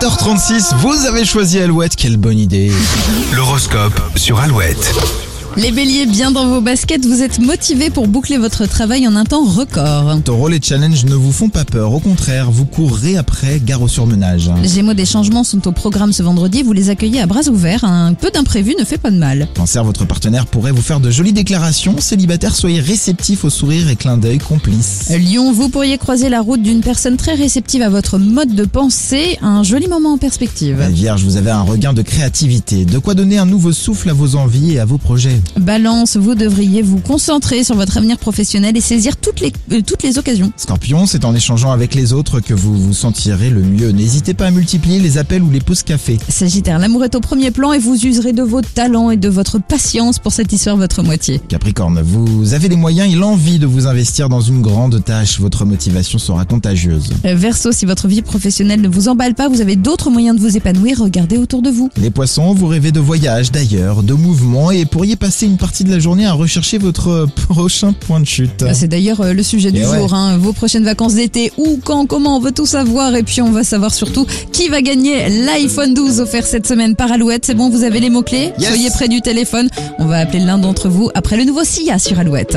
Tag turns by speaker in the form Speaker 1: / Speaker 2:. Speaker 1: 7h36, vous avez choisi Alouette, quelle bonne idée.
Speaker 2: L'horoscope sur Alouette.
Speaker 3: Les béliers, bien dans vos baskets, vous êtes motivés pour boucler votre travail en un temps record.
Speaker 1: Taureau, les challenges ne vous font pas peur, au contraire, vous courrez après, gare au surmenage.
Speaker 3: Gémeaux, des changements sont au programme ce vendredi, vous les accueillez à bras ouverts, un peu d'imprévu ne fait pas de mal.
Speaker 1: Cancer, votre partenaire pourrait vous faire de jolies déclarations. Célibataire, soyez réceptif aux sourires et clins d'œil complices.
Speaker 3: Lyon, vous pourriez croiser la route d'une personne très réceptive à votre mode de pensée, un joli moment en
Speaker 1: La
Speaker 3: perspective.
Speaker 1: Vierge, vous avez un regain de créativité, de quoi donner un nouveau souffle à vos envies et à vos projets.
Speaker 3: Balance, vous devriez vous concentrer sur votre avenir professionnel et saisir toutes les, euh, toutes les occasions.
Speaker 1: Scorpion, c'est en échangeant avec les autres que vous vous sentirez le mieux. N'hésitez pas à multiplier les appels ou les pauses café.
Speaker 3: Sagittaire, l'amour est au premier plan et vous userez de vos talents et de votre patience pour satisfaire votre moitié.
Speaker 1: Capricorne, vous avez les moyens et l'envie de vous investir dans une grande tâche. Votre motivation sera contagieuse.
Speaker 3: Euh, Verso, si votre vie professionnelle ne vous emballe pas, vous avez d'autres moyens de vous épanouir, regardez autour de vous.
Speaker 1: Les poissons, vous rêvez de voyages, d'ailleurs, de mouvements et pourriez passer une partie de la journée à rechercher votre prochain point de chute.
Speaker 3: C'est d'ailleurs euh, le sujet du
Speaker 1: Et ouais.
Speaker 3: jour, hein. vos prochaines vacances d'été, où, quand, comment, on veut tout savoir et puis on va savoir surtout qui va gagner l'iPhone 12 offert cette semaine par Alouette. C'est bon, vous avez les mots-clés
Speaker 1: Yes.
Speaker 3: Soyez près du téléphone, on va appeler l'un d'entre vous après le nouveau SIA sur Alouette.